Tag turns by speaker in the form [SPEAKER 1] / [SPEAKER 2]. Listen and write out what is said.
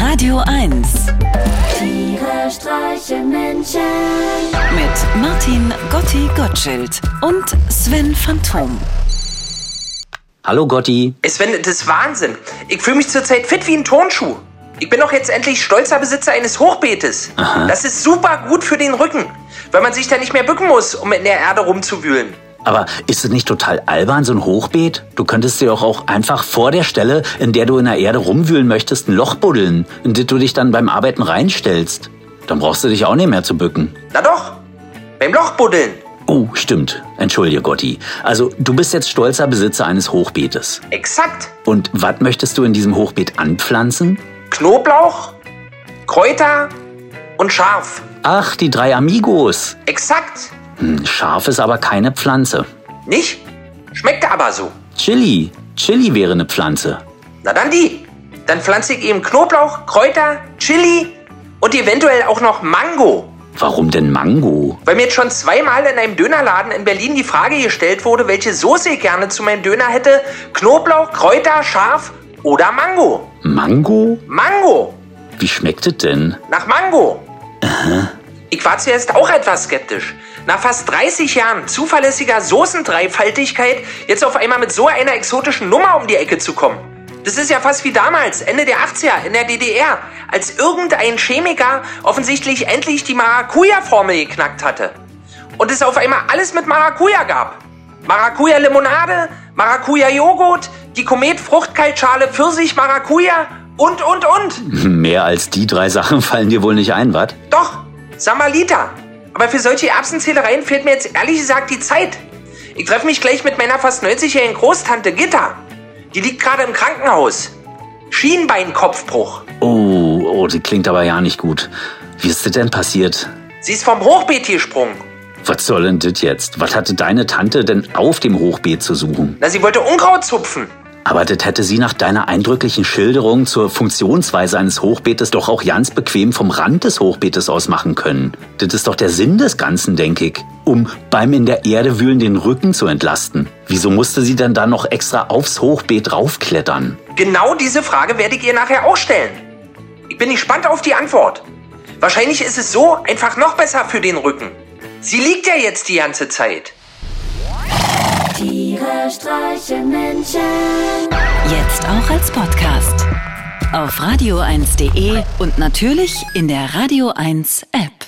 [SPEAKER 1] Radio 1
[SPEAKER 2] Tiere streichen Menschen.
[SPEAKER 1] mit Martin Gotti Gottschild und Sven Phantom.
[SPEAKER 3] Hallo Gotti.
[SPEAKER 4] Sven, das ist Wahnsinn. Ich fühle mich zurzeit fit wie ein Turnschuh. Ich bin auch jetzt endlich stolzer Besitzer eines Hochbeetes. Das ist super gut für den Rücken, weil man sich da nicht mehr bücken muss, um in der Erde rumzuwühlen.
[SPEAKER 3] Aber ist es nicht total albern, so ein Hochbeet? Du könntest dir auch, auch einfach vor der Stelle, in der du in der Erde rumwühlen möchtest, ein Loch buddeln, in das du dich dann beim Arbeiten reinstellst. Dann brauchst du dich auch nicht mehr zu bücken.
[SPEAKER 4] Na doch, beim Loch buddeln.
[SPEAKER 3] Oh, stimmt. Entschuldige, Gotti. Also, du bist jetzt stolzer Besitzer eines Hochbeetes.
[SPEAKER 4] Exakt.
[SPEAKER 3] Und was möchtest du in diesem Hochbeet anpflanzen?
[SPEAKER 4] Knoblauch, Kräuter und Schaf.
[SPEAKER 3] Ach, die drei Amigos.
[SPEAKER 4] Exakt.
[SPEAKER 3] Hm, Scharf ist aber keine Pflanze.
[SPEAKER 4] Nicht? Schmeckt aber so.
[SPEAKER 3] Chili. Chili wäre eine Pflanze.
[SPEAKER 4] Na dann die. Dann pflanze ich eben Knoblauch, Kräuter, Chili und eventuell auch noch Mango.
[SPEAKER 3] Warum denn Mango?
[SPEAKER 4] Weil mir jetzt schon zweimal in einem Dönerladen in Berlin die Frage gestellt wurde, welche Soße ich gerne zu meinem Döner hätte. Knoblauch, Kräuter, Schaf oder Mango.
[SPEAKER 3] Mango?
[SPEAKER 4] Mango.
[SPEAKER 3] Wie schmeckt es denn?
[SPEAKER 4] Nach Mango. Ich war zuerst auch etwas skeptisch. Nach fast 30 Jahren zuverlässiger Soßendreifaltigkeit jetzt auf einmal mit so einer exotischen Nummer um die Ecke zu kommen. Das ist ja fast wie damals, Ende der 80er in der DDR, als irgendein Chemiker offensichtlich endlich die Maracuja-Formel geknackt hatte. Und es auf einmal alles mit Maracuja gab. Maracuja-Limonade, Maracuja-Joghurt, die Komet-Fruchtkaltschale Pfirsich-Maracuja und, und, und.
[SPEAKER 3] Mehr als die drei Sachen fallen dir wohl nicht ein, wat?
[SPEAKER 4] Doch, Samalita. Aber für solche Erbsenzählereien fehlt mir jetzt ehrlich gesagt die Zeit. Ich treffe mich gleich mit meiner fast 90-jährigen Großtante Gitta. Die liegt gerade im Krankenhaus. Schienbeinkopfbruch.
[SPEAKER 3] Oh, oh, das klingt aber ja nicht gut. Wie ist das denn passiert?
[SPEAKER 4] Sie ist vom Hochbeet gesprungen.
[SPEAKER 3] Was soll denn das jetzt? Was hatte deine Tante denn auf dem Hochbeet zu suchen?
[SPEAKER 4] Na, sie wollte Unkraut zupfen.
[SPEAKER 3] Aber das hätte sie nach deiner eindrücklichen Schilderung zur Funktionsweise eines Hochbeetes doch auch ganz bequem vom Rand des Hochbeetes aus machen können. Das ist doch der Sinn des Ganzen, denke ich. Um beim in der Erde wühlen den Rücken zu entlasten. Wieso musste sie denn dann noch extra aufs Hochbeet raufklettern?
[SPEAKER 4] Genau diese Frage werde ich ihr nachher auch stellen. Ich bin gespannt auf die Antwort. Wahrscheinlich ist es so einfach noch besser für den Rücken. Sie liegt ja jetzt die ganze Zeit.
[SPEAKER 2] Tiere streichen Menschen.
[SPEAKER 1] Jetzt auch als Podcast. Auf radio1.de und natürlich in der Radio 1 App.